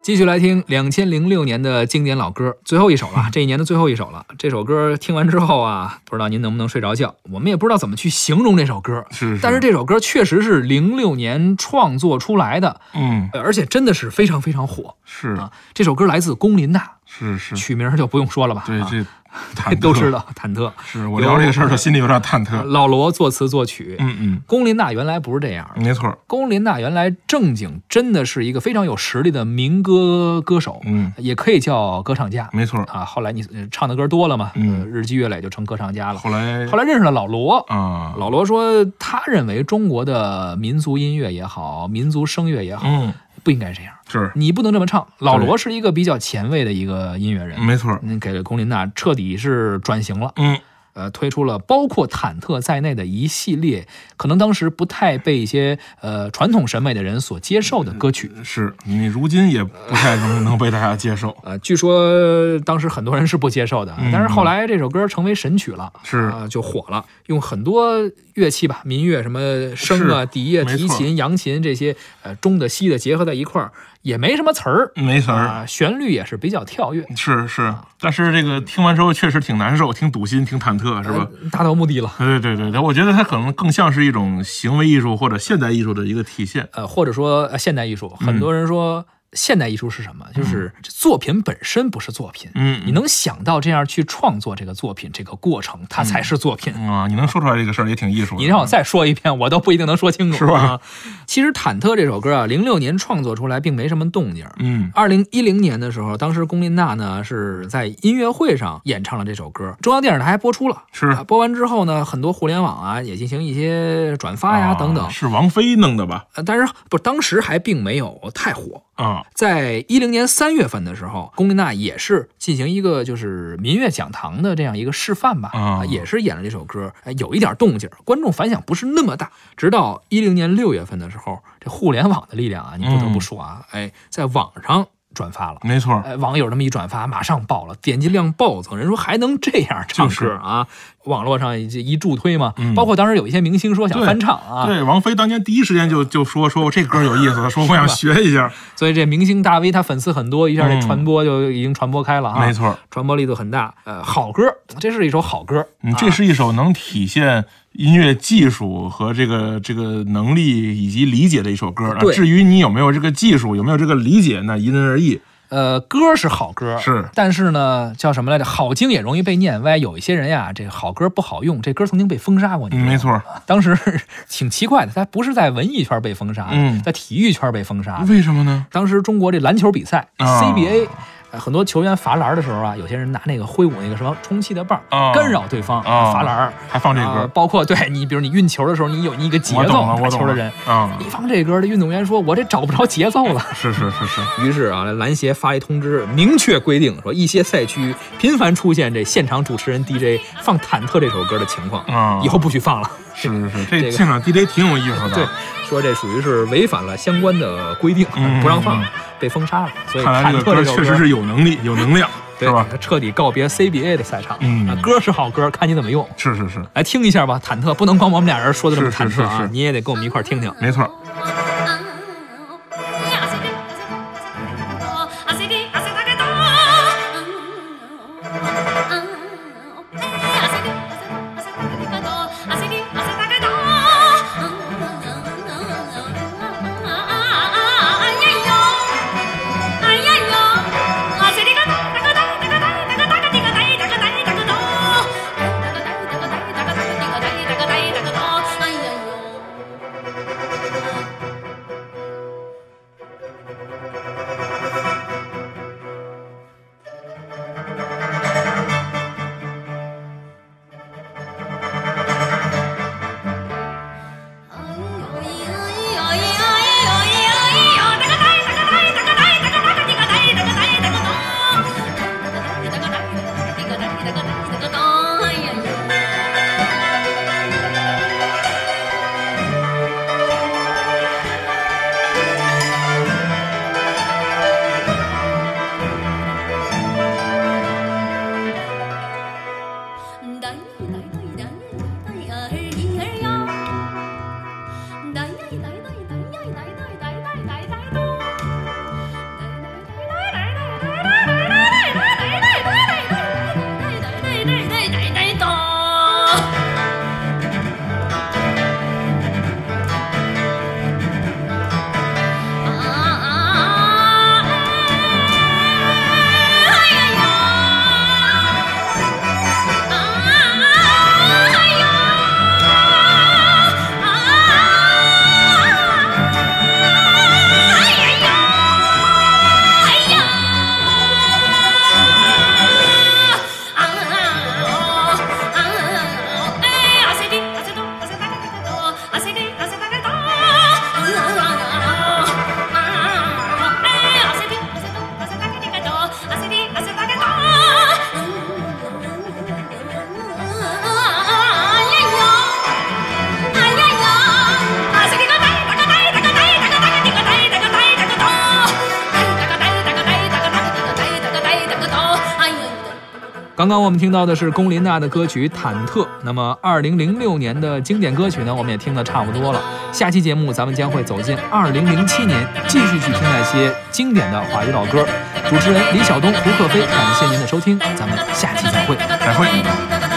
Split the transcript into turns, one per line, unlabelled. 继续来听两千零六年的经典老歌，最后一首 了，这一年的最后一首了。这首歌听完之后啊，不知道您能不能睡着觉，我们也不知道怎么去形容这首歌。
是是
但是这首歌确实是零六年创作出来的，
嗯
呃而且真的是非常非常火
是
啊！这首歌来自龚琳娜，
是是，
曲名就不用说了吧，
对
啊
这忐忑
都知道，忐忑。
是我聊这个事儿，心里有点忐忑。
老罗作词作曲，
嗯
龚琳娜原来不是这样的
嗯，。没错儿，
龚琳娜原来正经真的是一个非常有实力的民歌歌手，
嗯
也可以叫歌唱家
没错儿。
啊。后来你呃唱的歌多了嘛，
嗯
呃日积月累就成歌唱家了。
后来
后来认识了老罗，
啊，
老罗说他认为中国的民族音乐也好，民族声乐也好，
嗯
不应该这样，
是
你不能这么唱。老罗是一个比较前卫的一个音乐人，
没错儿，
嗯，给龚琳娜彻底是转型了。
嗯
呃，推出了包括忐忑在内的一系列，可能当时不太被一些呃传统审美的人所接受的歌曲。
是你如今也不太能能被大家接受。
呃，据说当时很多人是不接受的，
嗯
但是后来这首歌成为神曲了，
是
啊、就火了，用很多乐器吧，民乐什么笙啊、
是
笛啊、
没
提
错
琴、扬琴这些，呃，中的西的结合在一块儿，也没什么词儿
没词儿，
啊、旋律也是比较跳跃，
是是，但是这个听完之后确实挺难受，挺堵心，挺忐忑，是吧？
呃达到目的了。
对对对对，我觉得它可能更像是一种行为艺术或者现代艺术的一个体现。
呃，或者说、呃、现代艺术，
嗯
很多人说现代艺术是什么？就是这作品本身不是作品，
嗯
你能想到这样去创作这个作品，这个过程它才是作品。
啊，你能说出来这个事儿也挺艺术的。
你让我再说一遍，我都不一定能说清楚，
是吧
啊？其实《忐忑》这首歌啊，零六年创作出来并没什么动静。
嗯
二零一零年的时候，当时龚琳娜呢是在音乐会上演唱了这首歌，中央电视台还播出了。
是
啊播完之后呢，很多互联网啊也进行一些转发呀、等等
啊。是王菲弄的吧？
呃但是不，当时还并没有太火。
啊，
在一零年三月份的时候，龚琳娜也是进行一个就是民乐讲堂的这样一个示范吧，
啊
也是演了这首歌，哎有一点动静，观众反响不是那么大。直到一零年六月份的时候，这互联网的力量啊，你不得不说啊，
嗯
哎，在网上转发了。
没错儿，
哎，网友这么一转发，马上爆了，点击量暴增。人说还能这样唱
就是
歌啊？网络上一一助推嘛，
嗯
包括当时有一些明星说想
对
翻唱啊，
对，王菲当年第一时间就就说说这歌有意 思，说我想学一下。
所以这明星大 V 他粉丝很多，一下这
嗯
传播就已经传播开了啊，
没错儿，
传播力度很大。呃，好歌，这是一首好歌，啊
嗯，这是一首能体现音乐技术和这个这个能力以及理解的一首歌。啊
对
至于你有没有这个技术，有没有这个理解，那因人而异。
呃，歌是好歌，
是
但是呢，叫什么来着？好经也容易被念歪。有一些人呀，这好歌不好用，这歌曾经被封杀过，你
嗯，
知道吗
没。错儿。
当时 挺奇怪的，他不是在文艺圈被封杀的，
嗯
在体育圈被封杀的。
为什么呢？
当时中国这篮球比赛、
啊
CBA，、呃很多球员罚篮的时候啊，有些人拿那个挥舞那个什么充气的棒、
啊
干扰对方、
啊
罚篮，
还放这歌
啊包括对你，比如你运球的时候，你有你一个节
我
奏，
懂了，我
打
懂
球
了。
的人，
啊
你，放这歌的运动员说，我这找不着节奏了。
是是是是，
于是啊，篮协发一通知，明确规定说，一些赛区频繁出现这现场主持人 DJ 放《忐忑》这首歌的情况，
啊
以后不许放了。
是是是，
这
这
个
现场 DJ 挺有意思的。
对，说这属于是违反了相关的规定，
嗯
不让放
嗯，
被封杀了。所以
看来
忐
这
忑
个歌
这首
确实是有能力、有能量，
对
是吧？？
彻底告别 CBA 的赛场。
嗯
啊歌是好歌，看你怎么用。
是是是，
来听一下吧，忐忑不能光我们俩人说的这么忐
是是是
忑啊
是，
你也得跟我们一块儿听听。
没错儿。
哎呀呦！
刚刚我们听到的是龚琳娜的歌曲《忐忑》，那么二零零六年的经典歌曲呢，我们也听得差不多了。下期节目咱们将会走进二零零七年，继续去听那些经典的华语老歌。主持人李晓东、胡克飞，感谢您的收听，咱们下期再会。
再会。